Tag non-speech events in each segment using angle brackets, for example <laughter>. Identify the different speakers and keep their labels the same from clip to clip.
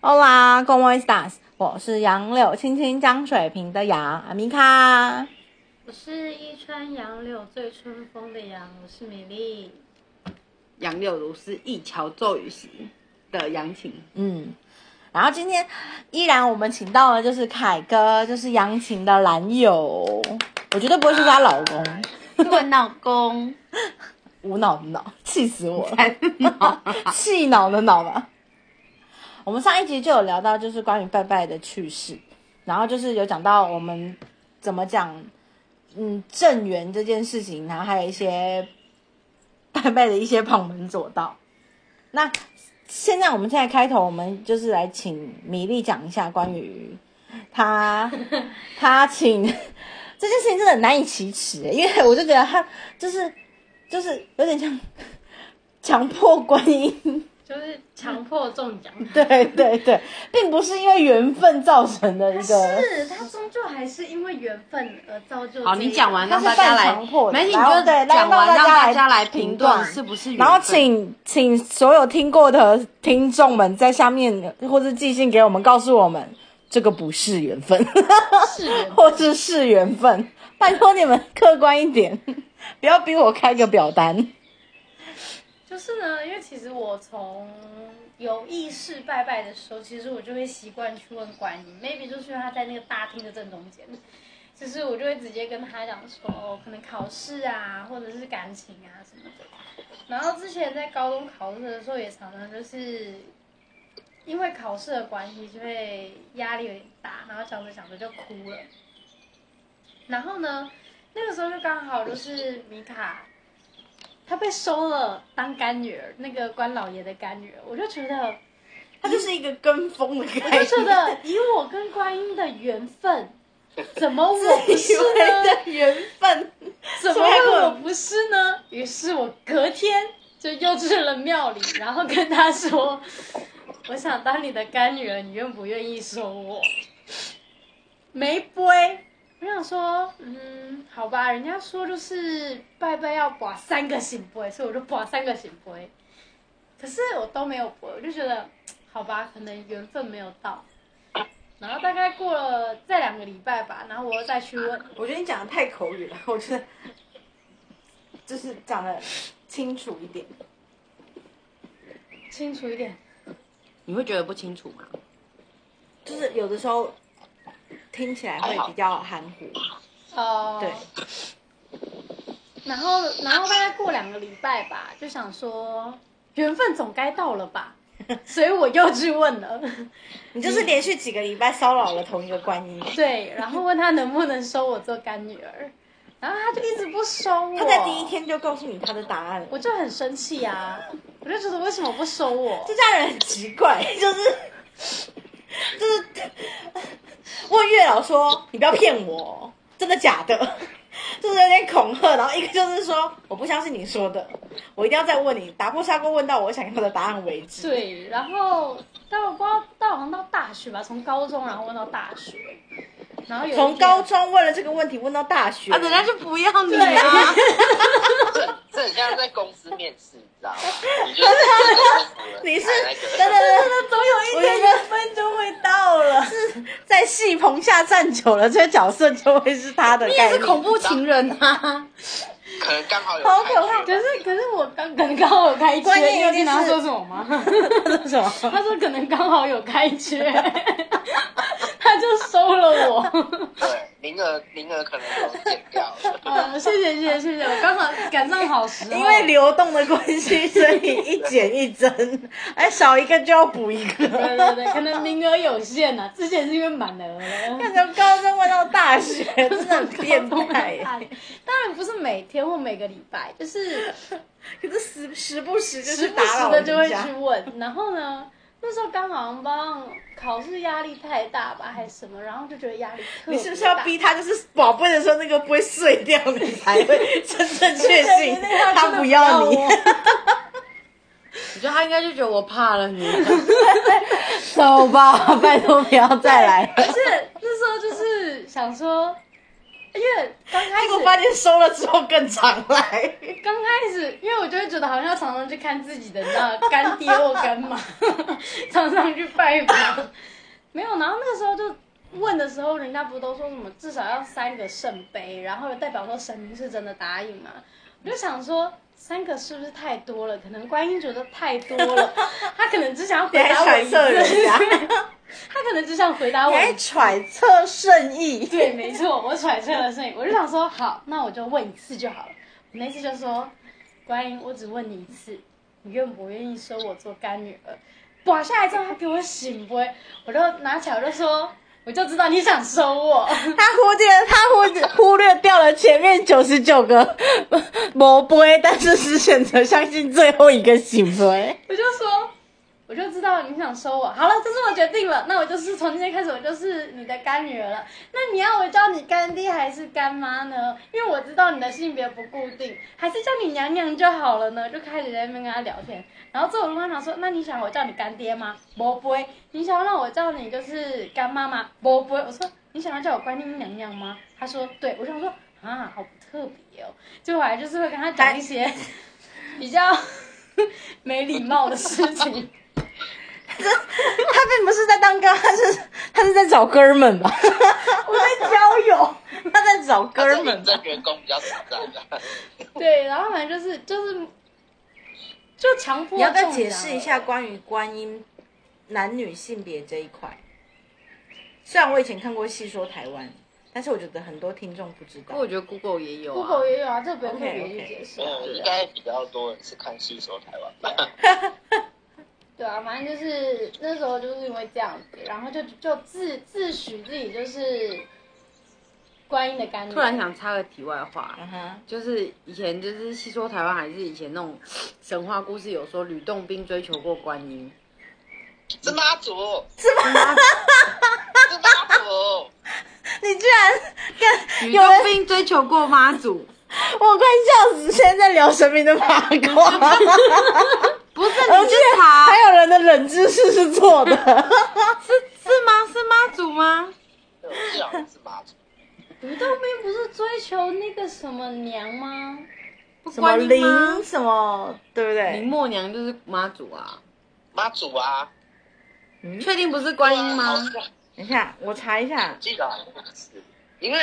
Speaker 1: Hola, ¿cómo estás？我是杨柳青青江水平的杨阿米卡。
Speaker 2: 我是一川杨柳醉春风的杨，我是米粒。
Speaker 3: 杨柳如是一桥骤雨时的扬琴，
Speaker 1: 嗯，然后今天依然我们请到了就是凯哥，就是杨琴的男友，我绝对不会是她老公，
Speaker 3: 是我老
Speaker 4: <laughs>
Speaker 3: 公。
Speaker 1: <laughs> 无脑的脑，气死我了。
Speaker 3: 好
Speaker 1: 啊气恼的恼吧。我们上一集就有聊到，就是关于拜拜的趣事，然后就是有讲到我们怎么讲，嗯，正缘这件事情，然后还有一些拜拜的一些旁门左道。那现在我们现在开头，我们就是来请米粒讲一下关于他他请这件事情真的很难以启齿，因为我就觉得他就是就是有点像强迫观音。
Speaker 2: 就是强迫中奖，
Speaker 1: <laughs> 对对对，并不是因为缘分造成的一个，
Speaker 5: 是，他终究还是因为缘分而造就这一个。
Speaker 3: 你讲完
Speaker 1: 他
Speaker 3: 让
Speaker 1: 是
Speaker 3: 大家
Speaker 1: 半
Speaker 3: 来
Speaker 1: 强迫，的
Speaker 3: 没事你
Speaker 1: 然后
Speaker 3: 就
Speaker 1: 对
Speaker 3: 讲
Speaker 1: 让
Speaker 3: 完
Speaker 1: 大
Speaker 3: 让
Speaker 1: 家
Speaker 3: 大
Speaker 1: 来
Speaker 3: 家来
Speaker 1: 评
Speaker 3: 评
Speaker 1: 断
Speaker 3: 论是不是缘分？
Speaker 1: 然后请请所有听过的听众们在下面或是寄信给我们，告诉我们这个不是缘 <laughs> 分，
Speaker 2: 是缘
Speaker 1: 或是是缘分，拜托你们客观一点， <laughs> 不要逼我开个表单。
Speaker 2: 就是呢，因为其实我从有意识拜拜的时候，其实我就会习惯去问观音，maybe 就是因为他在那个大厅的正中间，就是我就会直接跟他讲说，哦，可能考试啊，或者是感情啊什么的。然后之前在高中考试的时候，也常常就是因为考试的关系，就会压力有点大，然后讲着讲着就哭了。然后呢，那个时候就刚好就是米卡她被收了当干女儿，那个关老爷的干女儿，我就觉得，
Speaker 3: 他就是一个跟风的
Speaker 2: 我
Speaker 3: 概
Speaker 2: 就
Speaker 3: 念，
Speaker 2: 觉得以我跟观音的缘分，怎么我不是呢？
Speaker 3: 的缘分。
Speaker 2: 怎么会我不是呢？于是我隔天就又去了庙里，然后跟他说，我想当你的干女儿，你愿不愿意收我？玫瑰。我想说，嗯，好吧，人家说就是拜拜要把三个醒杯，所以我就把三个醒杯。可是我都没有播，我就觉得，好吧，可能缘分没有到。然后大概过了再两个礼拜吧，然后我又再去问，
Speaker 3: 我觉得你讲的太口语了，我觉得就是讲的清楚一点。
Speaker 2: 清楚一点，
Speaker 3: 你会觉得不清楚吗？
Speaker 1: 就是有的时候听起来会比较含糊，
Speaker 2: 哦，
Speaker 1: 对。
Speaker 2: 然后，然后大概过两个礼拜吧，就想说缘分总该到了吧， <laughs> 所以我又去
Speaker 1: <laughs>
Speaker 2: 问了，
Speaker 1: 你就是连续几个礼拜骚扰了同一个观音，
Speaker 2: 对，然后问他能不能收我做干女儿，然后他就一直不收我。
Speaker 1: 他在第一，天就告诉你他的答案了，
Speaker 2: 我就很生
Speaker 1: <laughs>
Speaker 2: 气啊，我就觉得为什么不收我？
Speaker 1: 这家人很奇怪， <laughs> 就是就是问月老说：“你不要骗我，真的假的？” <laughs> 就是有点恐吓，然后一个就是说：“我不相信你说的，我一定要再问你，打破砂锅问到我想要的答案为止。
Speaker 2: 对，然后到不知道到好像到大学吧，从高中然后问到大学，然后”有一
Speaker 1: 从
Speaker 2: 天
Speaker 1: 高中问了这个问题问到大学，
Speaker 3: 啊，人家就不要你
Speaker 4: <laughs>
Speaker 3: 啊！
Speaker 6: 这这很像在公司面试，你知道吗？你就是
Speaker 1: 你是
Speaker 6: 哎那
Speaker 1: 真的
Speaker 6: 个，
Speaker 1: 真的总有一天缘分就会到了，是在戏棚下站久了，这个角色就会是他的
Speaker 3: 你
Speaker 1: 概
Speaker 3: 也
Speaker 1: 念。
Speaker 3: 是恐怖情人啊！
Speaker 6: 可能刚好有
Speaker 1: 好可怕
Speaker 6: 开
Speaker 2: 可
Speaker 6: 学
Speaker 2: 是可是我刚可能刚好有开缺，
Speaker 1: 关键
Speaker 2: 你有
Speaker 1: 一定
Speaker 2: 听到他
Speaker 1: 是
Speaker 2: 说什么 <laughs> 吗？
Speaker 1: 什么？
Speaker 2: 他说可能刚好有开 <laughs> 缺，他就收了我。 <laughs>
Speaker 6: 对，名额名额可能有减掉了。
Speaker 2: 嗯，谢谢谢谢谢谢，我刚好赶上好时候。
Speaker 1: 因为流动的关 <laughs> 系，所以一减一增，哎，少一个就要补一
Speaker 2: 对
Speaker 1: 个。
Speaker 2: 对对，可能名额有限呐、之前是因为满 <laughs> 额了。
Speaker 1: 从高中问到大学，真的很变态 <laughs> 耶。
Speaker 2: 当然不是每天或每个礼拜，就是
Speaker 1: 可是时时不时就
Speaker 2: 时
Speaker 1: 是
Speaker 2: 不
Speaker 1: 打
Speaker 2: 时
Speaker 1: 扰
Speaker 2: 的就会
Speaker 1: 人
Speaker 2: 去
Speaker 1: 家。
Speaker 2: 问。然后呢，那时候刚好帮考试压力太大吧，还是什么，然后就觉得压力特别
Speaker 1: 你
Speaker 2: 大。
Speaker 1: 是不是要逼他？就是宝贝的时候，那个不会碎掉，你才会真正确信他不要你。
Speaker 3: 我觉得他应该就觉得我怕了你，
Speaker 1: <laughs> 走 <laughs> 吧，拜托不要再来
Speaker 2: 而且那时候就是想说，哎、而且刚开
Speaker 1: 结
Speaker 2: 始
Speaker 1: 果发现收了之后更常来，
Speaker 2: 刚开始，因为我就会觉得好像常常去看自己的那干爹或干妈，常常去拜访。没有，然后那个时候就问的时候，人家不都说什么至少要三个圣杯，然后代表说神明是真的答应嘛？我就想说。三个是不是太多了？可能观音觉得太多了，他可能只想要回
Speaker 1: 你 <laughs> 还
Speaker 2: 答我
Speaker 1: 揣
Speaker 2: 一
Speaker 1: 测人
Speaker 2: 次，
Speaker 1: 家，
Speaker 2: <laughs>
Speaker 1: <laughs>
Speaker 2: 他可能只想回答
Speaker 1: 你
Speaker 2: 我
Speaker 1: 还
Speaker 2: 一次。
Speaker 1: 揣测圣意，
Speaker 2: <laughs> 对，没错，我揣测了，所以我就想说，好，那我就问一次就好了。我那次就说，观音，我只问你一次，你愿不愿意收我做干女儿？刮下来之后，他给我醒杯，我就拿起来，我就说，我就知道你想收我。
Speaker 1: 他忽略他忽忽略掉了前面九十九个 <laughs> 魔杯，但是只选择相信最后一个醒杯。
Speaker 2: <laughs> 我就说，我就知道你想收我。好了，这是我决定了，那我就是从今天开始，我就是你的干女儿了。那你要我叫你干爹还是干妈呢？因为我知道你的性别不固定，还是叫你娘娘就好了呢？就开始在那边跟他聊天。然后最后我就跟他讲说，那你想我叫你干爹吗？不会。你想要让我叫你就是干妈吗？不会。我说你想要叫我观音娘娘吗？他说对。我想说啊，好不特别哦。就后来就是会跟他讲一些比较 <laughs> 没礼貌的事
Speaker 1: <laughs>
Speaker 2: 情。
Speaker 1: 他并不是在当哥，他是他是在找哥们吧？ <laughs> 我在交友， <laughs> 他在找哥
Speaker 6: 他是
Speaker 1: 们
Speaker 6: 应征员工比较实在的。
Speaker 2: 对，然后反正就是就是就强迫啊
Speaker 1: 你要不要
Speaker 2: 中奖
Speaker 1: 解释一下
Speaker 2: 了
Speaker 1: 关于观音男女性别这一块？虽然我以前看过《戏说台湾》，但是我觉得很多听众不知
Speaker 4: 不过我
Speaker 1: 道。
Speaker 4: 觉得 Google 也有、啊、
Speaker 2: ？Google 也有啊，这不用特
Speaker 1: OK，OK
Speaker 2: 别去解释
Speaker 6: 没
Speaker 2: 啊。
Speaker 1: 哦
Speaker 6: 有，哦应该比较多人是看戏说台湾
Speaker 1: <laughs>
Speaker 6: 吧。
Speaker 2: 对啊，反正就是那时候就是因为这样子，然后就就自自诩自己就是观音的干女儿。
Speaker 4: 突然想插个题外话，
Speaker 1: 嗯哼，
Speaker 4: 就是以前就是戏说台湾还是以前那种神话故事，有说吕洞宾追求过观音，
Speaker 6: 是妈
Speaker 1: <laughs>
Speaker 6: 祖，
Speaker 4: 妈
Speaker 6: 是妈祖，
Speaker 1: 你居然跟
Speaker 4: 吕
Speaker 1: 有
Speaker 4: 洞
Speaker 1: 人，
Speaker 4: 宾追求过妈 <laughs> 祖，
Speaker 1: 我快笑死！现在在聊神明的八 <laughs> 卦，
Speaker 4: 不是
Speaker 1: 而
Speaker 4: 你
Speaker 1: 且
Speaker 4: 去查
Speaker 1: 还有人的冷知识是错 <laughs> 的。
Speaker 4: 是是吗？是妈祖吗？
Speaker 6: 对，我记得好像是妈祖。
Speaker 2: 吕洞宾不是追求那个什么娘吗？
Speaker 4: 不
Speaker 1: 什么
Speaker 4: 观音吗
Speaker 1: 灵？什么，对不
Speaker 4: 林
Speaker 1: 对？
Speaker 4: 默娘就是妈祖啊，
Speaker 6: 妈祖啊，
Speaker 4: 确定不是观音吗？
Speaker 6: 好像
Speaker 1: 等一下，我查一下。
Speaker 6: 记得好像是，因为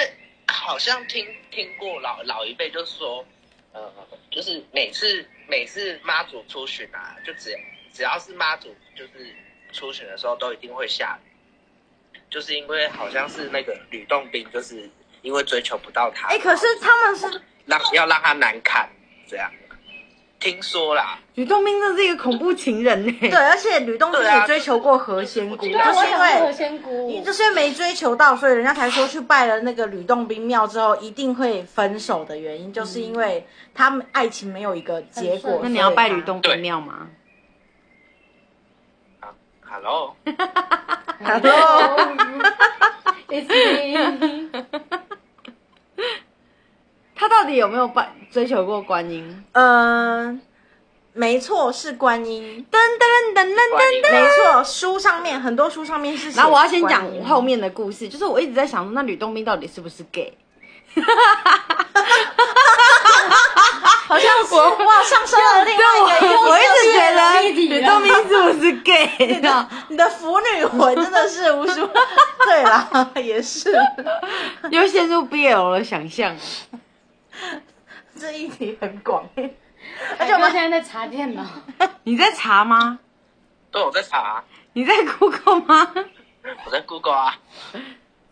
Speaker 6: 好像听听过老老一辈就说，呃，就是每次每次妈祖出巡啊，就只只要是妈祖就是出巡的时候，都一定会下雨，就是因为好像是那个吕洞宾，就是因为追求不到他，
Speaker 1: 哎，可是他们是
Speaker 6: 让要让他难看，这样听说啦，
Speaker 4: 吕洞宾真是一个恐怖情人呢、
Speaker 1: 对，而且吕洞宾
Speaker 6: 对啊
Speaker 1: 也追求过何仙姑，
Speaker 6: 对
Speaker 2: 对啊，
Speaker 1: 他
Speaker 2: 我
Speaker 1: 是因
Speaker 2: 想说
Speaker 1: 为
Speaker 2: 何仙姑，
Speaker 1: 就是因为没追求到，所以人家才说去拜了那个吕洞宾庙之后一定会分手的原因，就是因为他们爱情没有一个结果。
Speaker 4: <laughs> 那你要拜
Speaker 1: 所以
Speaker 4: 吕洞宾庙吗？
Speaker 6: 啊，Hello，
Speaker 1: ？Hello，
Speaker 2: 嗯 <laughs> It's me
Speaker 4: 他到底有没有拜追求过观音？
Speaker 1: 嗯，没错，是观音。
Speaker 4: 噔噔噔噔噔噔。
Speaker 1: 没错，书上面很多书上面是写观音。
Speaker 4: 然后我要先讲后面的故事，就是我一直在想，那吕洞宾到底是不是 gay？
Speaker 1: 好像是哇，上升了另外一个
Speaker 4: 对啊
Speaker 1: 又
Speaker 4: 我我一直
Speaker 1: 又是
Speaker 4: 觉得吕洞宾是不是 <laughs> gay？你知道
Speaker 1: 你的腐女魂真的是无数。对啦，也
Speaker 4: <laughs>
Speaker 1: 是
Speaker 4: 又陷入 BL 的想象。
Speaker 1: 这一题很广，而
Speaker 2: 而
Speaker 1: 且
Speaker 4: 哎
Speaker 2: 且
Speaker 1: 我
Speaker 2: 我
Speaker 1: 们
Speaker 2: 们现在在查电脑，
Speaker 4: 你在查吗？
Speaker 6: 对，我在查，
Speaker 4: 你在 Google 吗？
Speaker 6: 我在 Google 啊，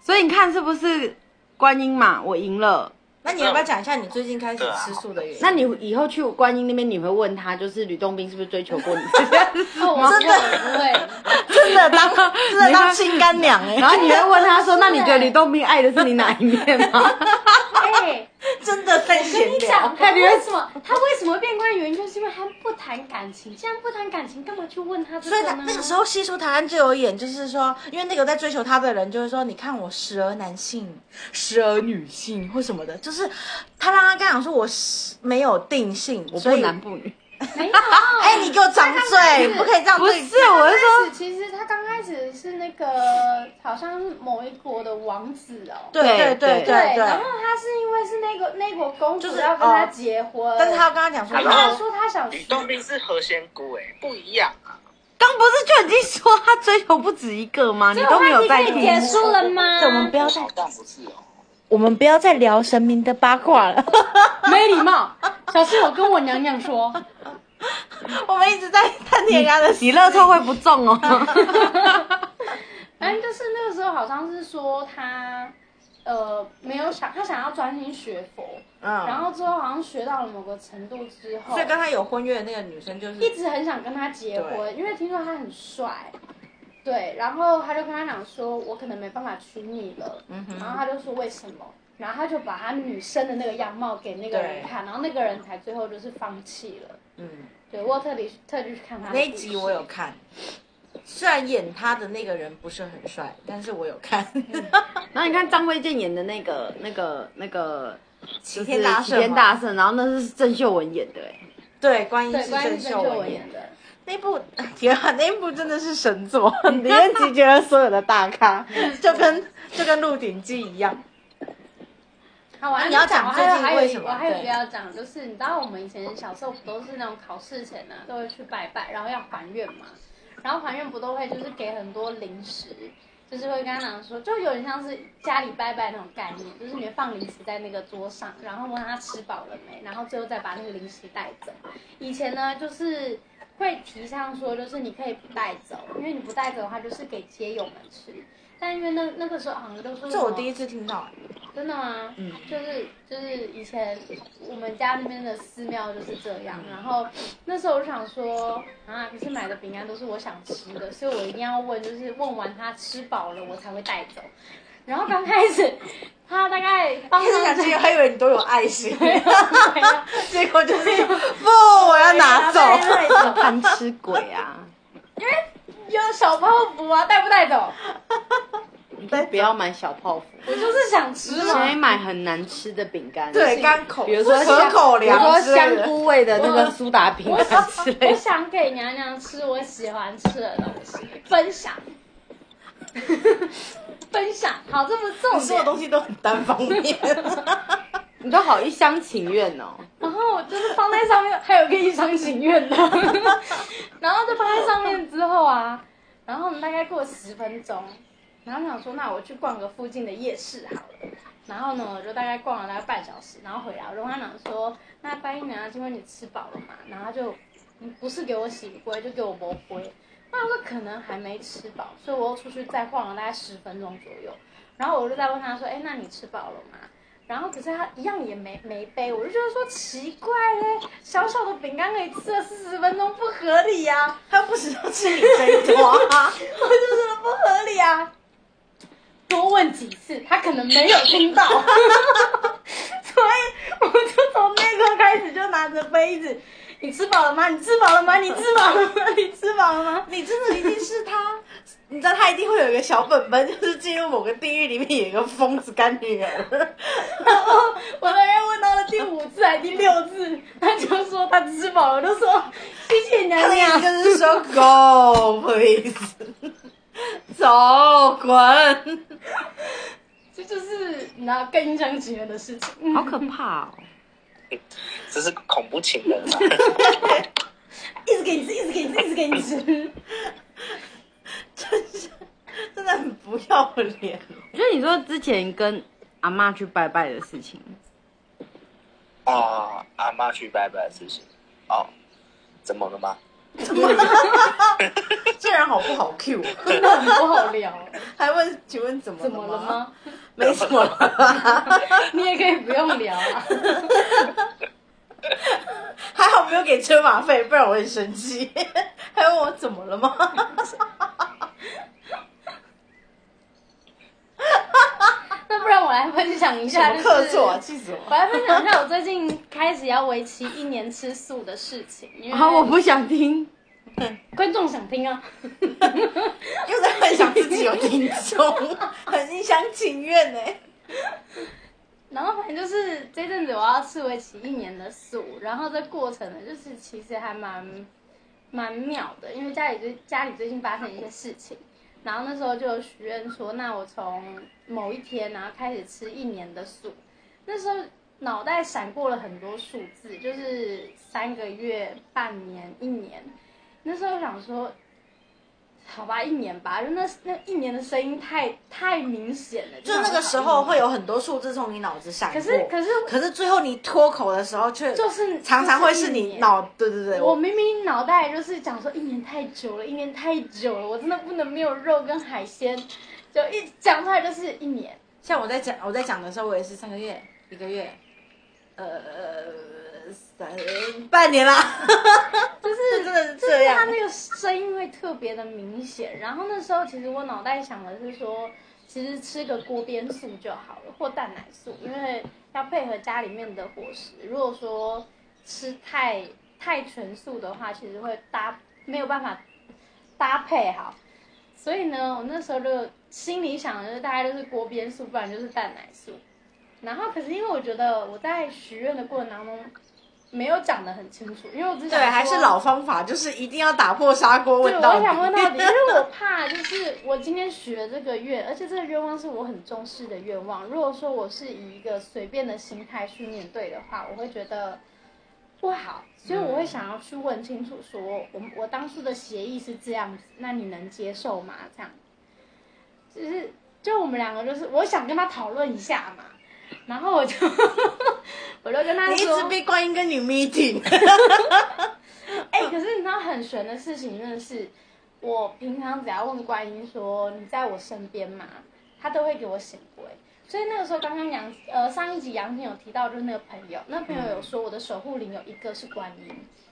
Speaker 4: 所以你看是不是观音嘛？我赢了。
Speaker 1: 那你要不要讲一下你最近开始吃素的原因？
Speaker 4: 那你以后去观音那边，你会问他，就是吕洞宾是不是追求过你？ <laughs>
Speaker 2: 哦，我
Speaker 1: 真的
Speaker 2: 不会。
Speaker 1: <laughs> 真的当真的当亲干娘哎、
Speaker 4: 然后你会问他说：“那你觉得
Speaker 2: 欸
Speaker 4: 吕洞宾爱的是你哪一面 <laughs> 吗
Speaker 2: 哎，
Speaker 1: <laughs> 真的在
Speaker 2: 跟
Speaker 1: 闲
Speaker 2: 你
Speaker 1: 聊
Speaker 2: 讲，。他为什么他为什么变官原因，就是因为他不谈感情。既然不谈感情，干嘛去问他这
Speaker 1: 所以
Speaker 2: 个
Speaker 1: 他
Speaker 2: 呢？
Speaker 1: 那个时候西出台湾就有演，就是说，因为那个在追求他的人就会说，你看我时而男性，时而女性或什么的，就是他让他刚讲说我是没有定性，？”
Speaker 4: 我
Speaker 1: 所
Speaker 4: 不
Speaker 1: 以
Speaker 4: 男不女，
Speaker 5: 没有，
Speaker 1: 哎、你给我掌嘴，
Speaker 2: <laughs>
Speaker 1: 不可以这样
Speaker 4: 不
Speaker 1: 对。
Speaker 4: 是，我是
Speaker 2: 开
Speaker 4: 说
Speaker 2: 始其实他刚开始是那个好像是某一国的王子哦。
Speaker 1: 对对对
Speaker 4: 对
Speaker 1: 对
Speaker 2: 然
Speaker 1: 对
Speaker 2: 后。他是因为是那个那国公
Speaker 1: 就
Speaker 2: 主
Speaker 1: 是
Speaker 2: 要跟他
Speaker 1: 哦
Speaker 2: 结婚，
Speaker 1: 但是他要跟他讲说，哦
Speaker 6: 然
Speaker 2: 他
Speaker 6: 后
Speaker 2: 说他想
Speaker 6: 吕洞宾是何仙姑哎、不一样啊。
Speaker 4: 刚不是就已经说他追求不止一个吗？你都没有在
Speaker 5: 可以
Speaker 4: 听。
Speaker 5: 结束了吗？
Speaker 1: 对我们不要再
Speaker 6: 好像不是哦。
Speaker 1: 我们不要再聊神明的八卦了，
Speaker 2: 没礼貌。小心我跟我娘娘说，
Speaker 1: <laughs> 我们一直在探听人家的
Speaker 4: 你乐透会不中哦。 <laughs>
Speaker 2: <laughs> 反正哎就是那个时候好像是说他呃没有想他想要专心学佛，然
Speaker 1: 嗯，
Speaker 2: 后之后好像学到了某个程度之后，
Speaker 3: 所以跟他有婚约的那个女生就是
Speaker 2: 一直很想跟他结婚，因为听说他很帅。对，然后他就跟他讲说，我可能没办法娶你了。
Speaker 3: 嗯
Speaker 2: 然后他就说为什么？然后他就把他女生的那个样貌给那个人
Speaker 3: 对
Speaker 2: 看，然后那个人才最后就是放弃了。
Speaker 3: 嗯，
Speaker 2: 对，我有特地特地去看他的
Speaker 3: 那一
Speaker 2: 故事
Speaker 3: 集我有看。虽然演他的那个人不是很帅，但是我有看。 <laughs>
Speaker 4: 然后你看张卫健演的那个、那个、那个，
Speaker 3: 齐
Speaker 4: 就是
Speaker 3: 天大圣吗，
Speaker 4: 齐天大圣，然后那是郑秀文演的，
Speaker 3: <laughs>
Speaker 4: 哎，
Speaker 3: 对，观音
Speaker 2: 对，
Speaker 3: 是
Speaker 2: 关于
Speaker 3: 郑
Speaker 2: 郑
Speaker 3: 秀
Speaker 2: 秀文
Speaker 3: 文演
Speaker 2: 演的。
Speaker 1: 那
Speaker 3: <laughs>
Speaker 1: 部天啊，那部真的是神作，里面集结了所有的大咖，就跟就跟《鹿鼎记》一样。
Speaker 2: 好，我还没
Speaker 3: 你要讲
Speaker 2: 我还有
Speaker 3: 最近
Speaker 2: 还有
Speaker 3: 为
Speaker 2: 一
Speaker 3: 什么
Speaker 2: 我还有一
Speaker 3: 对
Speaker 2: 个要讲，就是你知道我们以前小时候不都是那种考试前呢、都会去拜拜，然后要还愿嘛，然后还愿不都会就是给很多零食，就是会跟他讲说，就有点像是家里拜拜那种概念，就是你会放零食在那个桌上，然后问他吃饱了没，然后最后再把那个零食带走。以前呢，就是。会提倡说，就是你可以不带走，因为你不带走的话，就是给街友们吃。但因为那那个时候好像都说什
Speaker 3: 这我
Speaker 2: 么
Speaker 3: 第一次听到，
Speaker 2: 真的吗？嗯，就是就是以前我们家那边的寺庙就是这样，然后那时候我就想说啊，可是买的饼干都是我想吃的，所以我一定要问，就是问完他吃饱了我才会带走。然后刚开始他大概帮
Speaker 3: 一直
Speaker 2: 他
Speaker 3: 想这个，还以为你都有爱心，结果就是
Speaker 1: 不，我要拿走。
Speaker 4: 贪吃鬼
Speaker 3: <laughs>
Speaker 4: 啊！
Speaker 2: 有小泡芙啊，带不带走？
Speaker 4: 你都不要买小泡芙，
Speaker 2: 我就是想吃
Speaker 4: 你
Speaker 2: 嘛
Speaker 4: 可以。买很难吃的饼干，
Speaker 3: 对，干口，
Speaker 4: 比如说
Speaker 3: 可
Speaker 4: 香
Speaker 3: 口
Speaker 4: 比如说
Speaker 3: 粮之类
Speaker 4: 香
Speaker 3: 的。
Speaker 4: 菇味的那个苏打饼
Speaker 2: 我
Speaker 4: 干之类
Speaker 2: 我
Speaker 3: <laughs>
Speaker 4: 的。
Speaker 2: 想给娘娘吃我喜欢吃的东西，分享，分享。好，这不是重
Speaker 3: 你说的
Speaker 2: 点。
Speaker 3: 东西都很单方面，
Speaker 4: 你都好一厢情愿哦。
Speaker 2: 然后就是放在上面，还有一个一厢情愿的，然后就放在上面之后啊，然后我们大概过了十分钟，然后想说那我去逛个附近的夜市好了，然后呢我就大概逛了大概半小时，然后回来我就跟他讲说，那观音啊娘今天你吃饱了嘛？然后他就你不是给我洗龟，就给我磨龟。那我说可能还没吃饱，所以我又出去再晃了大概十分钟左右，然后我就再问他说，哎，那你吃饱了吗？然后可是他一样也没没背，我就觉得说奇怪嘞，小小的饼干可以吃了四十分钟，不合理呀、啊，
Speaker 3: 他不知道是你这一坨啊。
Speaker 2: 我就觉得不合理啊。多问几次，他可能没有听到，所以我就从那个开始就拿着杯子，你吃饱了吗？你吃饱了 <laughs> 吗？你吃饱了吗？你吃饱了吗？
Speaker 3: 你真的一定是他， <laughs> 你知道他一定会有一个小本本，就是进入某个地狱里面有一个疯子干女儿，
Speaker 2: 然后我大概问到了第五次还是第六次，他就说他吃饱了，我就说谢谢啊娘
Speaker 3: 那
Speaker 2: 娘
Speaker 3: 样。就是说 Go please，走滚。
Speaker 2: 这就是你知道更印象情人的事情。
Speaker 4: 好可怕哦！
Speaker 6: 这是恐怖情人啊！
Speaker 2: 一直给你吃，一直给你吃，一直给你吃。 <laughs>
Speaker 3: 真的很不要脸。
Speaker 4: 我觉得你说之前跟阿妈去拜拜的事情，
Speaker 6: 啊，阿妈去拜拜的事情，哦，怎么了吗？
Speaker 3: 这人好不好 Q？啊
Speaker 2: 真的很不好聊，
Speaker 3: 还问，请问怎么
Speaker 2: <laughs> 怎么了
Speaker 3: 吗？
Speaker 2: 吗？
Speaker 3: 没什么 <laughs> 了，
Speaker 2: <laughs> 你也可以不用聊啊。 <laughs>
Speaker 3: 还好没有给车马费，不然我很生气。 <laughs> 还问我怎么了吗？
Speaker 2: 那不然我来分享一
Speaker 3: 什
Speaker 2: 下，
Speaker 3: 么
Speaker 2: 就是
Speaker 3: 客座啊，气死
Speaker 2: 我
Speaker 3: 我！
Speaker 2: 来分享一下我最近开始要为期一年吃素的事情，因为
Speaker 4: 啊，我不想听。
Speaker 2: 观众想听啊。
Speaker 3: 又在 <laughs> 欸幻想自己有听众，很一厢情愿呢。
Speaker 2: 然后反正就是这阵子我要吃为期一年的素，然后这过程呢，就是其实还蛮蛮妙的，因为家里最家里最近发生一些事情，然后那时候就有许愿说，那我从某一天然后开始吃一年的素，那时候脑袋闪过了很多数字，就是三个月、半年、一年，那时候想说。好吧，一年吧，就那那一年的声音太太明显了，
Speaker 3: 就那个时候会有很多数字从你脑子闪过，
Speaker 2: 可是可是
Speaker 3: 可是最后你脱口的时候却
Speaker 2: 就是
Speaker 3: <laughs> 常常会
Speaker 2: 就是一
Speaker 3: 你
Speaker 2: 年
Speaker 3: 脑，对对对，
Speaker 2: 我明明脑袋就是讲说一年太久了，一年太久了，我真的不能没有肉跟海鲜，就一讲出来就是一年。
Speaker 3: 像我在讲我在讲的时候，我也是三个月、一个月，呃，三半年啦， <laughs> 就是 <laughs> 真的是这
Speaker 2: 他
Speaker 3: 样。
Speaker 2: 那个声音会特别的明显。然后那时候其实我脑袋想的是说，其实吃个锅边素就好了，或蛋奶素，因为要配合家里面的伙食。如果说吃太太全素的话，其实会搭没有办法搭配好。所以呢，我那时候就心里想的就是大概就是锅边素，不然就是蛋奶素。然后可是因为我觉得我在许愿的过程当中没有讲得很清楚，因为我只
Speaker 3: 对，
Speaker 2: 想
Speaker 3: 还是
Speaker 2: 说
Speaker 3: 老方法，就是一定要打破砂锅
Speaker 2: 对，
Speaker 3: 问
Speaker 2: 我
Speaker 3: 到底。
Speaker 2: 想问到底，因为
Speaker 3: <laughs>
Speaker 2: 我怕就是我今天许了这个愿，而且这个愿望是我很重视的愿望。如果说我是以一个随便的心态去面对的话，我会觉得不好，所以我
Speaker 3: 嗯
Speaker 2: 会想要去问清楚说，我我当初的协议是这样子，那你能接受吗？这样，就是就我们两个就是我想跟他讨论一下嘛，然后我就 <laughs> 我就跟他
Speaker 3: 你一直
Speaker 2: 说，
Speaker 3: 被观音跟你 meeting， <laughs>
Speaker 2: <laughs> 哎、可是你知道很玄的事情，真的是我平常只要问观音说你在我身边嘛，他都会给我醒归。所以那个时候，刚刚杨呃上一集杨婷有提到，就是那个朋友，那朋友
Speaker 3: 嗯
Speaker 2: 有说我的守护灵有一个是观音，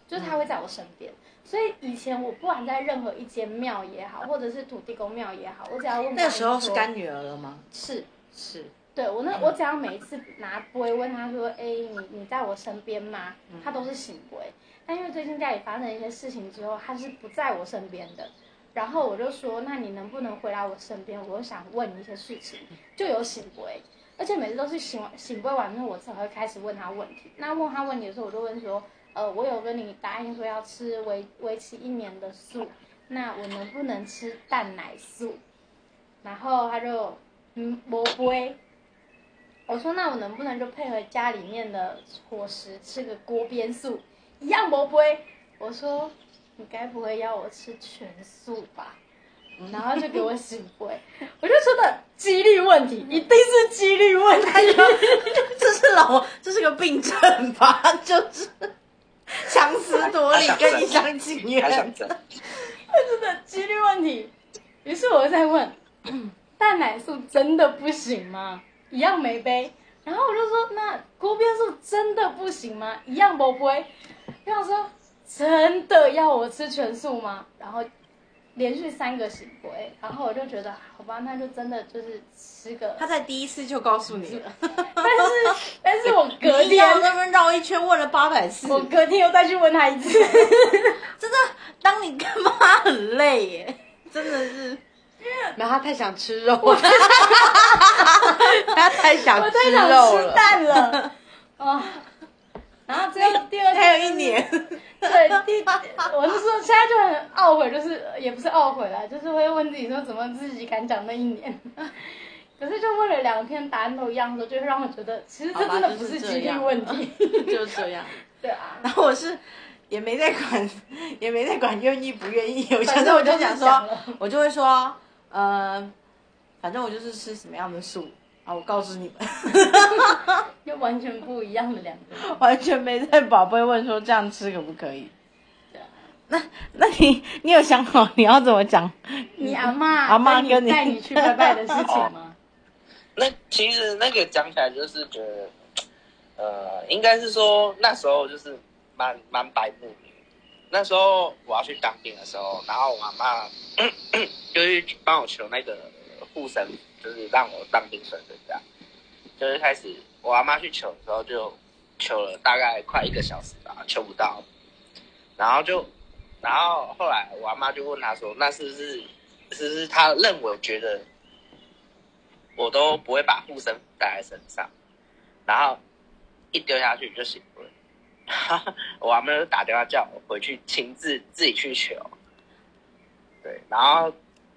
Speaker 2: 就是他会在我身边。所以以前我不管在任何一间庙也好，或者是土地公庙也好，我只要问观音
Speaker 3: 那个时候是
Speaker 2: 说
Speaker 3: 干女儿了吗？
Speaker 2: 是
Speaker 3: 是，
Speaker 2: 对我那我只要每一次拿杯问他说，哎、你你在我身边吗？他都是醒杯。但因为最近家里发生一些事情之后，他是不在我身边的。然后我就说，那你能不能回来我身边？我想问你一些事情，就有醒杯。而且每次都是醒完醒杯完之后，我才会开始问他问题。那问他问题的时候，我就问说，呃，我有跟你答应说要吃为为期一年的素，那我能不能吃蛋奶素？然后他就，嗯，我不会。我说那我能不能就配合家里面的伙食吃个锅边素，一样不会。我说你该不会要我吃全素吧？然后就给我醒杯，我就觉得几率问题，一定是几率问题。
Speaker 3: 这是老，这是个病症吧？ <laughs> 就是强词夺理，跟一厢情
Speaker 6: 还想
Speaker 3: 愿。
Speaker 6: 着，
Speaker 2: 几率问题。于是我就在问， <clears throat> 蛋奶素真的不行吗？一样没杯。然后我就说，那锅边素真的不行吗？一样不杯。我想说，真的要我吃全素吗？然后连续三个醒杯，然后我就觉得，好吧，那就真的就是吃
Speaker 4: <laughs>
Speaker 2: 个。
Speaker 3: 他在第一次就告诉你了，
Speaker 2: 但是，但是我隔
Speaker 3: 你一定
Speaker 2: 天，
Speaker 3: 要
Speaker 4: 啊
Speaker 3: 那边绕一圈，问了八百次。
Speaker 2: 我隔天又再去问他一次。
Speaker 3: 真的，当你干妈很累耶，真的是，
Speaker 4: 然后他太想吃肉
Speaker 3: <laughs>
Speaker 4: 了，他太想
Speaker 2: 我
Speaker 4: 吃
Speaker 2: 太
Speaker 4: 肉
Speaker 2: 想
Speaker 4: 了
Speaker 2: 吃。蛋了。哦，然后最后第二天
Speaker 3: 还有一年，
Speaker 2: 对，第 <laughs> 我是说现在就很懊悔，就是呃也不是懊悔啦，就是会问自己说怎么自己敢讲那一年。 <laughs> 可是就问了两天答案都一样的时候，就会让我觉得其实这
Speaker 4: 好吧
Speaker 2: 真的不
Speaker 4: 就是是
Speaker 2: 几
Speaker 4: 这
Speaker 2: 率
Speaker 4: 样
Speaker 2: 问题。
Speaker 4: 就这样，
Speaker 2: <laughs> 对啊，
Speaker 3: 然后我是也没在管，也没在管愿意不愿意，我觉
Speaker 2: 反正
Speaker 3: 得我
Speaker 2: 我
Speaker 3: 就
Speaker 2: 就
Speaker 3: 是想
Speaker 2: 讲
Speaker 3: 说
Speaker 2: 了，
Speaker 3: <laughs> 我就会说，呃，反正我就是吃什么样的素啊，我告诉你们， <laughs>
Speaker 2: 又完全不一样的两个
Speaker 4: <laughs>
Speaker 2: 人。
Speaker 3: 完全没在宝贝问说这样吃可不可以。
Speaker 2: 对啊
Speaker 3: 那那你你有想好你要怎么讲？
Speaker 2: 你阿妈
Speaker 3: 阿嬷跟
Speaker 2: 你
Speaker 3: 你
Speaker 2: 带你去拜拜的事情吗？
Speaker 6: 那其实那个讲起来就是觉得，呃，应该是说那时候就是蛮蛮白目的。那时候我要去当兵的时候，然后我妈妈就是帮我求那个护身符，就是让我当兵顺顺这样。就是开始我阿妈去求的时候，就求了大概快一个小时吧，求不到。然后就，然后后来我阿妈就问他说：“那是不是，是不是他认为觉得我都不会把护身符带在身上，然后一丢下去就醒了。我阿妈就打电话叫我回去亲自自己去求。对，然后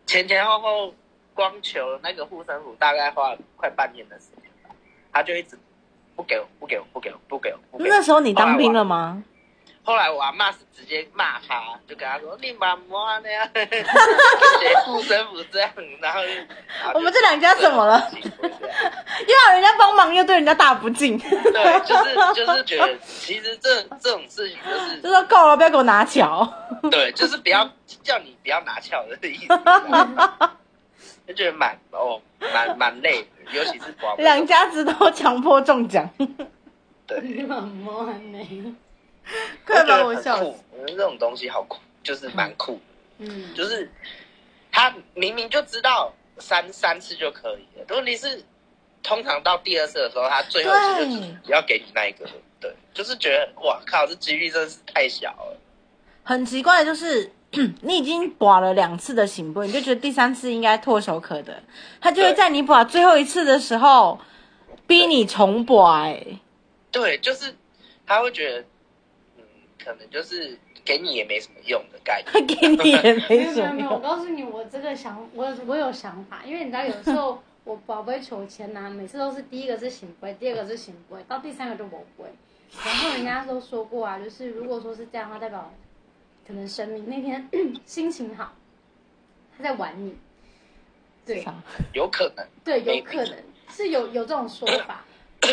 Speaker 6: 前前后后光求那个护身符大概花了快半年的时间吧，他就一直不给我，不给我，不给我，不给我，不给我
Speaker 1: 那时候你当兵了吗？
Speaker 6: 后来我阿妈是直接骂他，就跟他说：“你妈妈那 <laughs> 样，学护身符这样。”然后就
Speaker 1: 我们这两家怎么了？又要人家帮忙，又对人家大不敬，就
Speaker 6: 对，就是就是觉得，其实这这种事情就是
Speaker 1: 说够了，不要给我拿桥。
Speaker 6: 对，就是不要叫你不要拿翘的意思，就觉得蛮哦蛮蛮累的，尤其是广
Speaker 1: 两家子都强迫中奖，
Speaker 6: 对，
Speaker 3: 快把我笑死！
Speaker 6: 觉得很酷。我觉得这种东西好酷，就是蛮酷的
Speaker 4: 嗯，
Speaker 6: 就是他明明就知道三三次就可以了，问题是通常到第二次的时候，他最后一次就
Speaker 1: 对
Speaker 6: 是要给你那一个，对，就是觉得哇靠，这几率真是太小了，
Speaker 1: 很奇怪，就是 <clears throat> 你已经刮了两次的醒波，你就觉得第三次应该唾手可得，他就会
Speaker 6: 对
Speaker 1: 在你刮最后一次的时候逼你重刮、欸。
Speaker 6: 对，就是他会觉得，嗯，可能就是给你也没什么用的概
Speaker 1: 他
Speaker 6: 念，
Speaker 1: 给你也
Speaker 5: 没
Speaker 1: 没
Speaker 5: 有没 <laughs>
Speaker 1: 什
Speaker 5: 有
Speaker 1: 么
Speaker 5: 没有，我
Speaker 1: 用，
Speaker 5: 告诉你，我这个想我我有想法，因为你知道有时候我宝贝求签呐、每次都是第一个是醒杯，第二个是醒杯，到第三个就宝杯。然后人家都说过啊，就是如果说是这样的话，代表可能神明那天 <coughs> 心情好，他在玩你。对
Speaker 6: 有可能，
Speaker 5: 对，有
Speaker 6: maybe
Speaker 5: 可能是有有这种说法。 <laughs>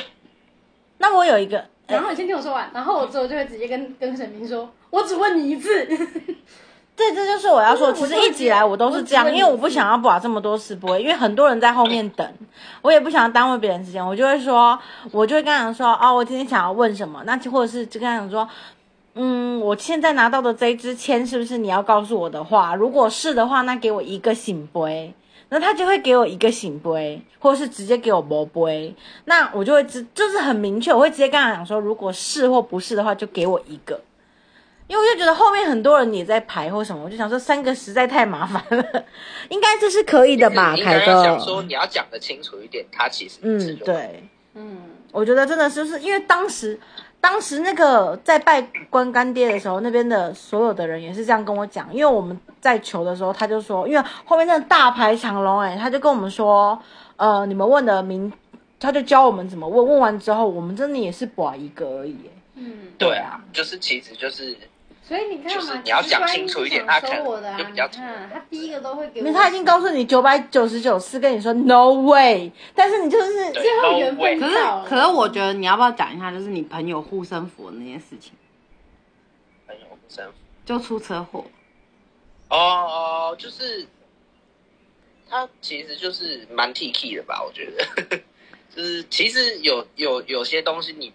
Speaker 1: 那我有一个，呃
Speaker 5: 然后你先听我说完，然后我之后就会直接跟跟神明说，我只问你一次。 <laughs>
Speaker 1: 对，这就是我要说的。其
Speaker 5: 就是
Speaker 1: 实
Speaker 5: 我
Speaker 1: 一直以来我都是这样
Speaker 5: 我，只会
Speaker 1: 因为我不想要把这么多事播，因为很多人在后面等，我也不想耽误别人时间，我就会说，我就会跟他讲说，哦，我今天想要问什么，那或者是就跟他讲说，嗯，我现在拿到的这一支签是不是你要告诉我的话？如果是的话，那给我一个醒杯。那他就会给我一个醒杯，或是直接给我魔杯，那我就会知，就是很明确，我会直接跟他讲说，如果是或不是的话，就给我一个。因为我就觉得后面很多人也在排或什么，我就想说三个实在太麻烦了， <laughs> 应该这是可以的吧？
Speaker 6: 你应
Speaker 1: 凯
Speaker 6: 该要
Speaker 1: 哥
Speaker 6: 想，说你要讲的清楚一点，他其实是
Speaker 1: 嗯，
Speaker 6: 有
Speaker 1: 对，
Speaker 5: 嗯，
Speaker 1: 我觉得真的是就是因为当时，当时那个在拜 <laughs> 关干爹的时候，那边的所有的人也是这样跟我讲，因为我们在求的时候，他就说，因为后面真的大排长龙，哎，他就跟我们说，呃，你们问的名，他就教我们怎么问，问完之后，我们真的也是保一个而已，哎
Speaker 5: 嗯，
Speaker 6: 对啊，就是其实就是
Speaker 5: 所以你看
Speaker 6: 就是
Speaker 5: 嘛，
Speaker 6: 你要
Speaker 5: 其实
Speaker 6: 讲
Speaker 5: 观
Speaker 6: 清
Speaker 5: 音
Speaker 6: 楚一
Speaker 5: 是
Speaker 6: 点
Speaker 5: 想
Speaker 6: 他可
Speaker 5: 收
Speaker 6: 能
Speaker 5: 我的啊，
Speaker 6: 就比
Speaker 5: 你
Speaker 6: 较
Speaker 5: 看他第一个都会给
Speaker 1: 那
Speaker 5: 我，
Speaker 1: 他已经告诉你九百九十九次，跟你说 no way，但是你就是
Speaker 6: 对
Speaker 5: 最后缘
Speaker 6: no way
Speaker 5: 分
Speaker 4: 可是
Speaker 5: 到
Speaker 4: 可是
Speaker 5: 了。
Speaker 4: 我觉得你要不要讲一下，就是你朋友护身符的那件事情，
Speaker 6: 很有身份。
Speaker 4: 就出车祸，
Speaker 6: 哦哦，就是他其实就是蛮 T K 的吧，我觉得， <laughs> 就是其实有有有些东西你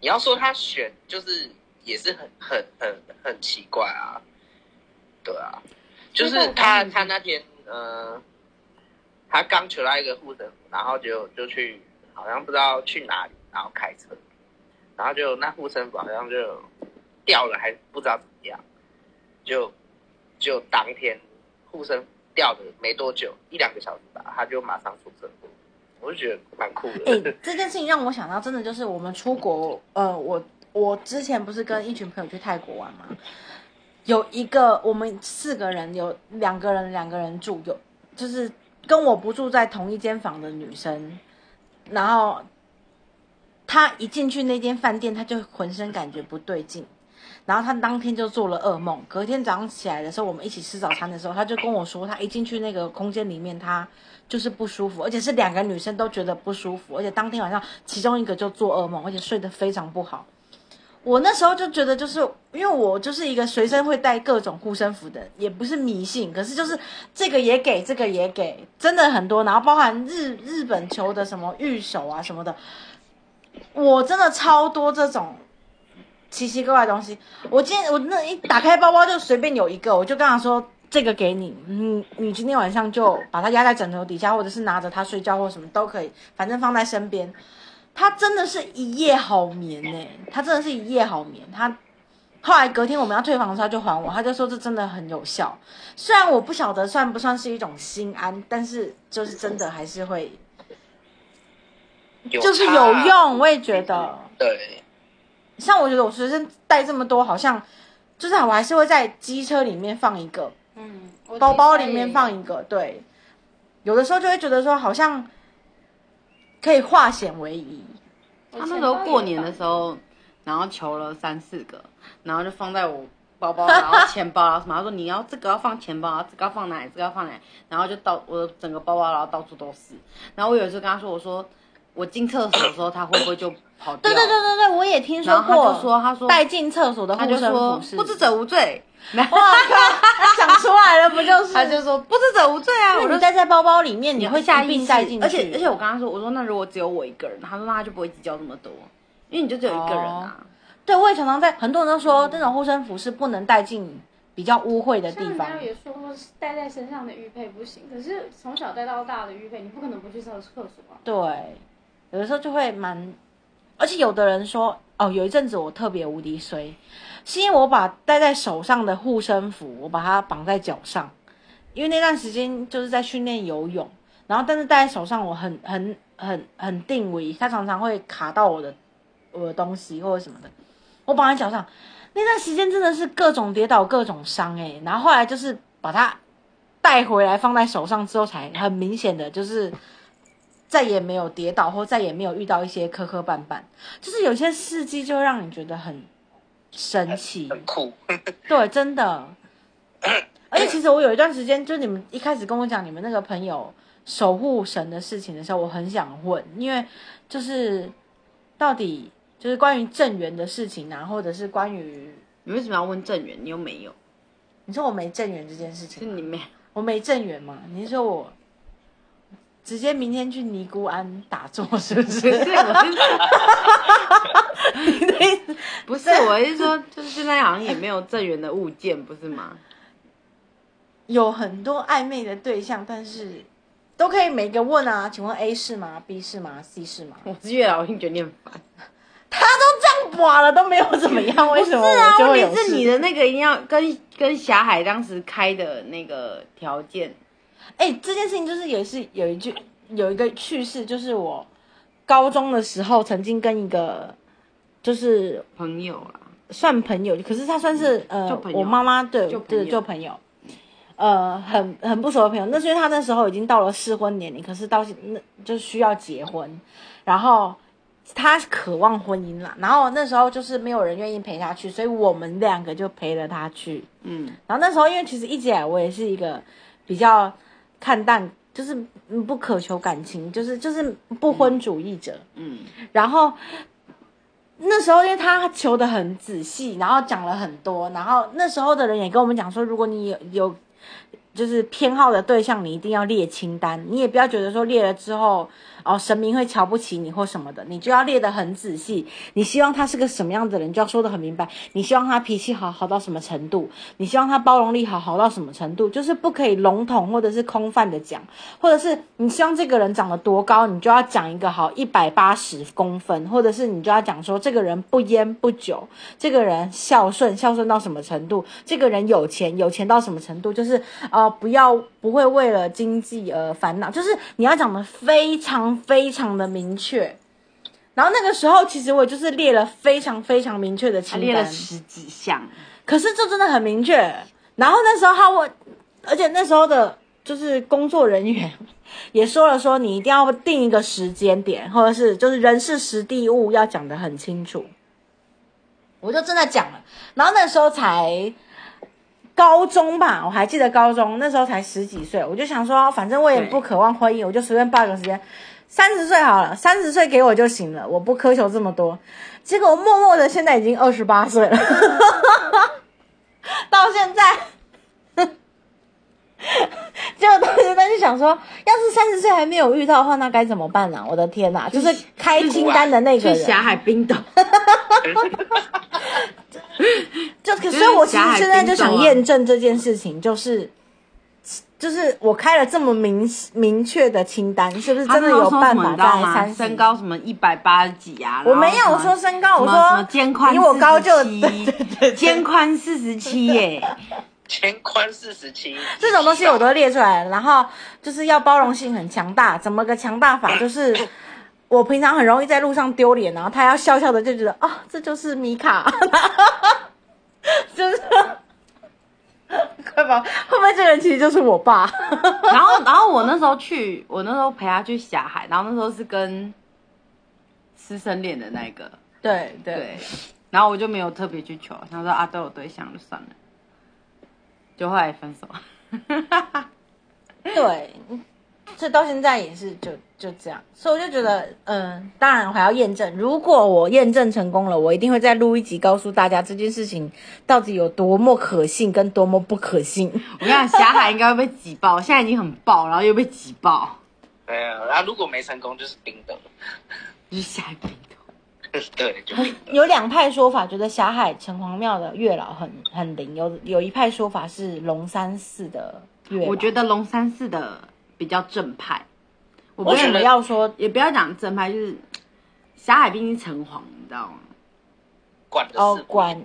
Speaker 6: 你要说他选，就是也是很很很很奇怪啊，对啊，就是他他那天呃，他刚求到一个护身符，然后就就去好像不知道去哪里，然后开车，然后就那护身符好像就掉了，还不知道怎么样。就就当天护身掉的没多久，一两个小时吧，他就马上出车祸，我就觉得蛮酷的。
Speaker 1: 哎、这件事情让我想到，真的就是我们出国，呃，我我之前不是跟一群朋友去泰国玩吗？有一个我们四个人，有两个人两个人住，有就是跟我不住在同一间房的女生，然后她一进去那间饭店，她就浑身感觉不对劲。然后她当天就做了噩梦，隔天早上起来的时候，我们一起吃早餐的时候，她就跟我说，她一进去那个空间里面，她就是不舒服，而且是两个女生都觉得不舒服，而且当天晚上其中一个就做噩梦，而且睡得非常不好。我那时候就觉得，就是因为我就是一个随身会带各种护身符的人，也不是迷信，可是就是这个也给，这个也给，真的很多。然后包含日日本球的什么玉手啊什么的，我真的超多这种奇奇怪怪的东西。我今天我那一打开包包就随便有一个，我就跟他说这个给你，你你今天晚上就把它压在枕头底下，或者是拿着它睡觉或什么都可以，反正放在身边。他真的是一夜好眠呢、他真的是一夜好眠。他后来隔天我们要退房的时候，他就还我，他就说这真的很有效。虽然我不晓得算不算是一种心安，但是就是真的还是会
Speaker 6: <laughs> 有
Speaker 1: 就是
Speaker 6: 差啊
Speaker 1: 有用，我也觉得。
Speaker 6: 对，
Speaker 1: 像我觉得我随身带这么多，好像就是我还是会在机车里面放一个，
Speaker 5: 嗯，我
Speaker 1: 包包里
Speaker 5: 其实也
Speaker 1: 面放一个。对，有的时候就会觉得说好像可以化险为夷。
Speaker 5: 我
Speaker 1: 哎
Speaker 4: 他那
Speaker 5: 钱
Speaker 4: 时候
Speaker 5: 包也
Speaker 4: 过年的
Speaker 5: 放
Speaker 4: 时候，然后求了三四个，然后就放在我包包，然后钱包啊什么。他说你要这个要放钱包啊，这个要放哪里，这个要放哪里，然后就到我的整个包包，然后到处都是。然后我有一次跟他说，我说我进厕所的时候，他会不会就跑掉？
Speaker 1: 对对对对对，我也听说
Speaker 4: 然后
Speaker 1: 过。
Speaker 4: 他就说他说
Speaker 1: 带进厕所的护
Speaker 4: 他就
Speaker 1: 身
Speaker 4: 说
Speaker 1: 符是哦
Speaker 4: 不知者无罪。然
Speaker 1: <laughs>
Speaker 4: 后
Speaker 1: 哇靠，讲出来了不 <laughs> 就是？
Speaker 4: 他就说不知者无罪啊，
Speaker 1: 那
Speaker 4: 我就
Speaker 1: 你带在包包里面，你会
Speaker 4: 下
Speaker 1: 一
Speaker 4: 意
Speaker 1: 并
Speaker 4: 识
Speaker 1: 带进去。
Speaker 4: 而且而且我跟他说，我说那如果只有我一个人，他说那他就不会计较这么多，因为你就只有一个人
Speaker 1: 哦
Speaker 4: 啊。
Speaker 1: 对，我也常常在很多人都说，那种护身符是不能带进比较污秽的地
Speaker 5: 像人
Speaker 1: 方。
Speaker 5: 家也说过，带在身上的玉佩不行，可是从小带到大的玉佩，你不可能不去上厕所啊。
Speaker 1: 对，有的时候就会蛮，而且有的人说，哦，有一阵子我特别无敌衰，是因为我把戴在手上的护身符，我把它绑在脚上，因为那段时间就是在训练游泳，然后但是戴在手上我很很很很定位，它常常会卡到我的我的东西或者什么的，我绑在脚上，那段时间真的是各种跌倒各种伤哎、然后后来就是把它。带回来放在手上之后，才很明显的就是再也没有跌倒，或再也没有遇到一些磕磕绊绊，就是有些事迹就会让你觉得很神奇，
Speaker 6: 很酷。
Speaker 1: 对，真的。而且其实我有一段时间，就你们一开始跟我讲你们那个朋友守护神的事情的时候，我很想问，因为就是到底就是关于正缘的事情啊，或者是关于
Speaker 4: 你为什么要问郑源？你又没有，
Speaker 1: 你说我没正缘这件事情
Speaker 4: 是，
Speaker 1: <laughs>
Speaker 4: 你没
Speaker 1: 我没正缘嘛？你是说我直接明天去尼姑庵打坐是不
Speaker 4: 不
Speaker 1: 是？ <laughs>
Speaker 4: 是我是
Speaker 1: 你的意 <laughs> 思
Speaker 4: 不是我是说，就是现在好像也没有郑源的物件，不是吗？
Speaker 1: 有很多暧昧的对象，但是都可以每个问啊，请问 A 是吗？B 是吗？C 是吗？
Speaker 4: 我是月老，我已经觉得你很烦。
Speaker 1: 他都这样刮了，都没有怎么 <laughs> 样，为什么
Speaker 4: 不是啊，
Speaker 1: 我就
Speaker 4: 问
Speaker 1: 会有
Speaker 4: 题是
Speaker 1: 事
Speaker 4: 你的那个一定要跟跟霞海当时开的那个条件，
Speaker 1: 哎、这件事情就是也是有一句有一个趣事，就是我高中的时候曾经跟一个就是
Speaker 4: 朋友啊啦，
Speaker 1: 算朋友，可是他算是呃
Speaker 4: 就朋，友
Speaker 1: 我妈妈对
Speaker 4: 就朋
Speaker 1: 对
Speaker 4: 友
Speaker 1: 就朋友，呃，很很不熟的朋友。那是因为他那时候已经到了适婚年龄，可是到现那就需要结婚，然后他渴望婚姻啦，然后那时候就是没有人愿意陪他去，所以我们两个就陪了他去。
Speaker 4: 嗯，
Speaker 1: 然后那时候因为其实一直以来我也是一个比较看淡，就是嗯不渴求感情，就是就是不婚主义者。
Speaker 4: 嗯，
Speaker 1: 然后那时候因为他求的很仔细，然后讲了很多，然后那时候的人也跟我们讲说，如果你有有就是偏好的对象，你一定要列清单，你也不要觉得说列了之后哦神明会瞧不起你或什么的，你就要列得很仔细。你希望他是个什么样的人，就要说得很明白。你希望他脾气好好到什么程度，你希望他包容力好好到什么程度，就是不可以笼统或者是空泛的讲。或者是你希望这个人长得多高，你就要讲一个好一百八十公分，或者是你就要讲说这个人不烟不酒，这个人孝顺孝顺到什么程度，这个人有钱有钱到什么程度，就是呃不要不会为了经济而烦恼，就是你要讲的非常非常的明确。然后那个时候，其实我就是列了非常非常明确的
Speaker 4: 他
Speaker 1: 清单，
Speaker 4: 啊列了十几项，
Speaker 1: 可是这真的很明确。然后那时候他问，而且那时候的就是工作人员也说了说，你一定要定一个时间点，或者是就是人事时地物要讲得很清楚。我就真的讲了，然后那时候才高中吧，我还记得高中那时候才十几岁，我就想说，反正我也
Speaker 4: 对
Speaker 1: 不渴望婚姻，我就随便报一个时间，三十岁好了，三十岁给我就行了，我不苛求这么多。结果默默的现在已经二十八岁了， <laughs> 到现在。结果当时他就想说，要是三十岁还没有遇到的话，那该怎么办呢、我的天哪、就是开清单的那个
Speaker 4: 去
Speaker 1: 人，
Speaker 4: 霞海冰岛。
Speaker 1: 就可
Speaker 4: 就是
Speaker 1: 所以，我其实
Speaker 4: 狭隘
Speaker 1: 现在就
Speaker 4: 冰
Speaker 1: 想
Speaker 4: 冻啊
Speaker 1: 验证这件事情，就是就是我开了这么明明确的清单，是不是
Speaker 4: 他
Speaker 1: 真的有办
Speaker 4: 啊那时候说
Speaker 1: 法
Speaker 4: 什么你知道
Speaker 1: 在
Speaker 4: 吗
Speaker 1: 三
Speaker 4: 身？高什么一百八十几啊？
Speaker 1: 我没
Speaker 4: 然
Speaker 1: 有
Speaker 4: 后
Speaker 1: 我
Speaker 4: 什么
Speaker 1: 说身高，我
Speaker 4: 什么什么
Speaker 1: 说
Speaker 4: 肩宽
Speaker 1: 比我高就
Speaker 4: 47
Speaker 1: 对对对
Speaker 4: 肩宽四十七
Speaker 1: <laughs>
Speaker 4: 耶，
Speaker 6: 肩宽四十七，
Speaker 1: 这种东西我都列出来了，然后就是要包容性很强大，怎么个强大法？就是我平常很容易在路上丢脸，然后他要笑笑的就觉得啊、这就是米卡， <laughs> 就是 <laughs> 快吧，会不会这个人其实就是我爸？ <laughs>
Speaker 4: 然后，然后我那时候去，我那时候陪他去霞海，然后那时候是跟师生恋的那个，
Speaker 1: 对对
Speaker 4: 对，然后我就没有特别去求，想说啊都有对象就算了，就后来分手。
Speaker 1: <laughs> 对，这到现在也是就就这样，所以我就觉得，嗯，当然我还要验证。如果我验证成功了，我一定会再录一集告诉大家这件事情到底有多么可信跟多么不可信。 <laughs>
Speaker 4: 我跟你讲，霞海应该会被挤爆，现在已经很爆，然后又被挤爆，
Speaker 6: 没有，然后啊如果没成功就是冰的，
Speaker 4: 就是下一冰头。
Speaker 6: <laughs> 对，就冰的。
Speaker 1: 有两派说法，觉得霞海城隍庙的月老很很灵；有有一派说法是龙山寺的月老。
Speaker 4: 我觉得龙山寺的比较正派，我不
Speaker 1: 为什
Speaker 4: 认
Speaker 1: 么要说
Speaker 4: 也不要讲正派，就是霞海毕竟是城隍，你知道吗？
Speaker 6: 管的
Speaker 1: 哦
Speaker 6: 是
Speaker 1: 管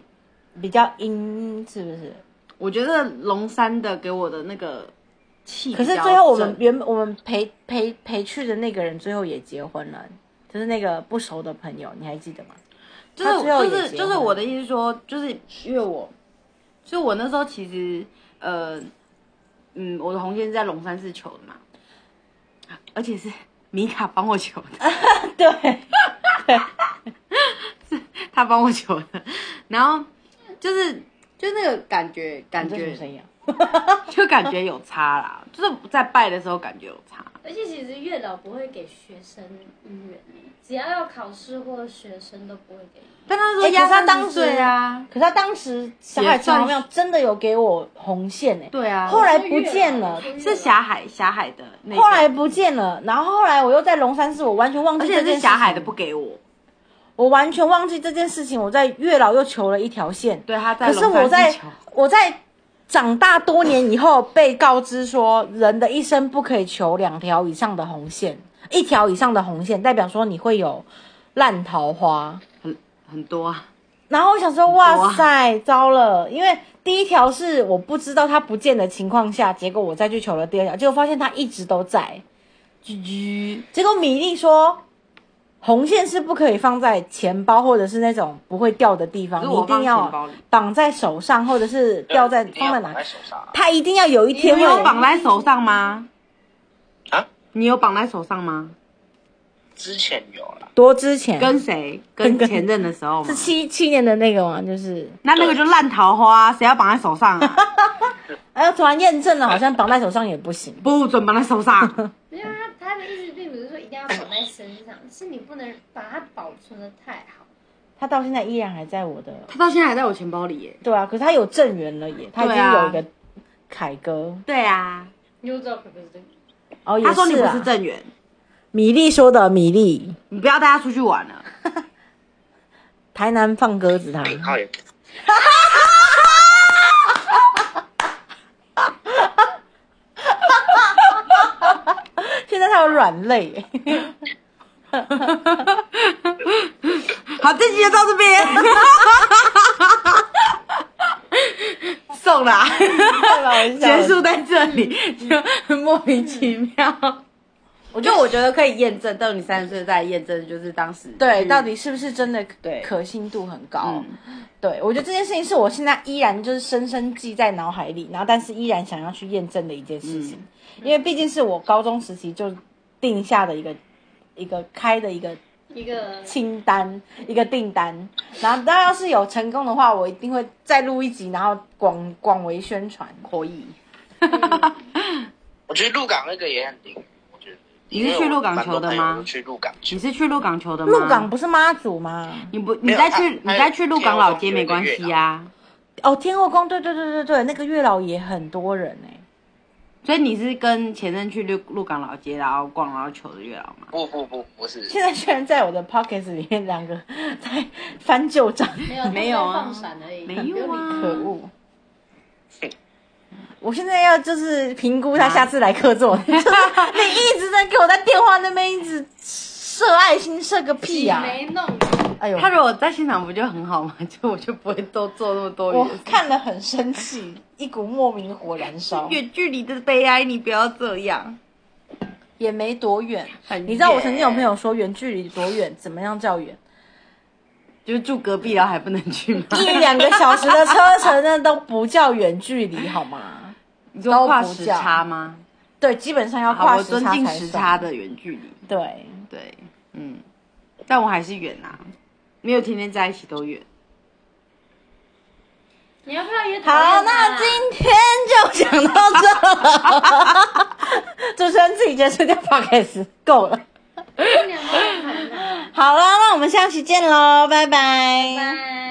Speaker 1: 比较阴，是不是？
Speaker 4: 我觉得龙山的给我的那个气比
Speaker 1: 可
Speaker 4: 较
Speaker 1: 是
Speaker 4: 正，
Speaker 1: 最后我们原本我们陪陪陪去的那个人最后也结婚了，就是那个不熟的朋友，你还记得
Speaker 4: <laughs>
Speaker 1: 吗？
Speaker 4: 就是
Speaker 1: 他最后也
Speaker 4: 就是
Speaker 1: 结婚
Speaker 4: 就是我的意思说，就是因为我，所以我那时候其实呃嗯，我的红线是在龙山寺求的嘛，而且是米卡帮我求的，
Speaker 1: 对，
Speaker 4: 他帮我求的，然后就是就那个感觉感
Speaker 1: 你这什么
Speaker 4: 觉
Speaker 1: 声音啊？
Speaker 4: <laughs> 就感觉有差啦，就是在拜的时候感觉有差。
Speaker 2: 而且其实月老不会给学生姻缘，只要要考试或学生都不会给。
Speaker 4: 但那时
Speaker 1: 欸
Speaker 4: 候
Speaker 1: 可
Speaker 4: 压
Speaker 1: 是他
Speaker 4: 三
Speaker 1: 当
Speaker 4: 十
Speaker 1: 时
Speaker 4: 岁啊，
Speaker 1: 可是他当时小海城隍
Speaker 4: 也
Speaker 1: 庙真的有给我红线哎、
Speaker 4: 对啊，
Speaker 1: 后来不见了
Speaker 4: 是霞海霞海的那个，
Speaker 1: 后来不见了，然后后来我又在龙山寺，我完全忘
Speaker 4: 而
Speaker 1: 记
Speaker 4: 且
Speaker 1: 这件
Speaker 4: 是
Speaker 1: 事
Speaker 4: 霞海的
Speaker 1: 情
Speaker 4: 不给我，
Speaker 1: 我完全忘记这件事情。我在月老又求了一条线，
Speaker 4: 对他在
Speaker 1: 可
Speaker 4: 龙
Speaker 1: 是
Speaker 4: 山
Speaker 1: 我在
Speaker 4: 寺求
Speaker 1: 我在长大多年以后被告知说，人的一生不可以求两条以上的红线，一条以上的红线代表说你会有烂桃花。
Speaker 4: 很很多啊，
Speaker 1: 然后我想说，哇塞，糟了！因为第一条是我不知道它不见的情况下，结果我再去求了第二条，结果发现它一直都在。
Speaker 4: 居居
Speaker 1: 结果米粒说，红线是不可以放在钱包或者是那种不会掉的地方，
Speaker 4: 可是
Speaker 1: 你
Speaker 4: 我
Speaker 1: 一定
Speaker 4: 放钱包
Speaker 1: 要
Speaker 4: 里呃
Speaker 1: 绑在手上或者是吊在
Speaker 6: 一定
Speaker 1: 放
Speaker 6: 要
Speaker 1: 在
Speaker 6: 绑
Speaker 1: 哪
Speaker 6: 在？手上啊
Speaker 1: 它一定要有一
Speaker 4: 你
Speaker 1: 天会
Speaker 4: 有绑在手上吗？
Speaker 6: 啊？
Speaker 4: 你有绑在手上吗？
Speaker 6: 之前有啦，
Speaker 1: 多之前
Speaker 4: 跟谁？跟
Speaker 1: 跟
Speaker 4: 前任的时候吗
Speaker 1: 是？七七年的那个嘛，就是
Speaker 4: 那那个就烂桃花，谁要绑在手上啊？
Speaker 1: <laughs> 哎，突然验证了，好像绑在手上也不行。
Speaker 4: 不准绑在手上，
Speaker 1: <laughs>
Speaker 2: 没有啊，他的意思并不是说一定要绑在身上，是你不能把它保存的太好。
Speaker 1: 它到现在依然还在我的，
Speaker 4: 他到现在还在我钱包里耶。
Speaker 1: 对啊，可是它有正缘了耶，它已经
Speaker 4: 对啊
Speaker 1: 有一个凯哥。
Speaker 4: 对啊，
Speaker 2: 你就知道可不是这个。
Speaker 1: 哦，也
Speaker 4: 他说你
Speaker 1: 是
Speaker 4: 不
Speaker 1: 啊
Speaker 4: 是正缘，
Speaker 1: 米粒说的，米粒
Speaker 4: 你不要带他出去玩了。
Speaker 1: 台南放鸽子他。
Speaker 4: 嗯
Speaker 6: 品号也
Speaker 1: 现在他有软肋 <laughs> 耶。
Speaker 4: 好，这集就到这边， <laughs> 送啦， <laughs>
Speaker 1: 太搞笑了
Speaker 4: 结束在这里，就很莫名其妙。我就我觉得可以验证，到你三十岁再验证，就是当时
Speaker 1: 对，
Speaker 4: 去
Speaker 1: 到底是不是真的可
Speaker 4: 对
Speaker 1: 可信度很高
Speaker 4: 嗯？
Speaker 1: 对，我觉得这件事情是我现在依然就是深深记在脑海里，然后但是依然想要去验证的一件事情，因为毕竟是我高中时期就定下的一个一个开的一个
Speaker 2: 一个
Speaker 1: <laughs> 清单，一个订单。然后，当然要是有成功的话，我一定会再录一集，然后广广为宣传。
Speaker 4: 可以。
Speaker 6: 我觉得鹿港那个也很灵，我觉得。
Speaker 4: 你是去鹿港球的吗
Speaker 6: 因为我蛮多朋友都去鹿港球
Speaker 4: 你，是去鹿港球的吗？
Speaker 1: 鹿港不是妈祖吗？
Speaker 4: 你不，你
Speaker 6: 没有
Speaker 4: 再
Speaker 6: 他
Speaker 4: 去，你
Speaker 6: 他
Speaker 4: 再去鹿港老街没
Speaker 6: 天后宫有一个
Speaker 4: 关
Speaker 6: 月
Speaker 4: 系啊。
Speaker 1: 哦，天后宫，对对对对对，那个月老也很多人哎、
Speaker 4: 所以你是跟前任去鹿鹿港老街，然后逛然后球的月老吗？
Speaker 6: 不不不，不是，
Speaker 1: 现在居然在我的 pockets 里面两个在翻旧账，
Speaker 2: 没有
Speaker 4: 没有啊
Speaker 2: 放闪而已，
Speaker 4: 没
Speaker 2: 不
Speaker 4: 有
Speaker 2: 用理
Speaker 4: 啊，
Speaker 1: 可恶！我现在要就是评估他下次来客座， <laughs> 就是你一直在给我在电话那边一直射爱心，射个屁啊呀、
Speaker 2: 没弄。
Speaker 1: 哎呦，
Speaker 4: 他如果在现场不就很好吗？就我就不会多做那么多余
Speaker 1: 我
Speaker 4: 的事。
Speaker 1: 看了很生 <laughs> 气，一股莫名火燃烧。
Speaker 4: 远距离的悲哀，你不要这样。
Speaker 1: 也没多远。
Speaker 4: 很
Speaker 1: 你知道我曾经有
Speaker 4: 远
Speaker 1: 朋友说远距离多远，怎么样叫
Speaker 4: <laughs>
Speaker 1: 远？
Speaker 4: 就是住隔壁啊然后还不能
Speaker 1: <laughs>
Speaker 4: 去吗？
Speaker 1: 一两个小时的车程那都不叫远距离，好吗？
Speaker 4: 你说跨时差吗？
Speaker 1: 对，基本上要
Speaker 4: 好，
Speaker 1: 跨
Speaker 4: 我
Speaker 1: 时
Speaker 4: 尊
Speaker 1: 差
Speaker 4: 敬
Speaker 1: 才
Speaker 4: 时
Speaker 1: 算
Speaker 4: 差。的远距离。
Speaker 1: 对，
Speaker 4: 对，嗯，但我还是远啊，没有天天在一起都远。
Speaker 5: 你要不要约讨论啊
Speaker 1: 好，那今天就讲到
Speaker 4: <laughs>
Speaker 1: 这了。主持人自己结束掉 podcast 够了。
Speaker 5: 今天有没有谈啊
Speaker 1: <laughs> 好了，那我们下期见喽，拜拜
Speaker 5: 拜。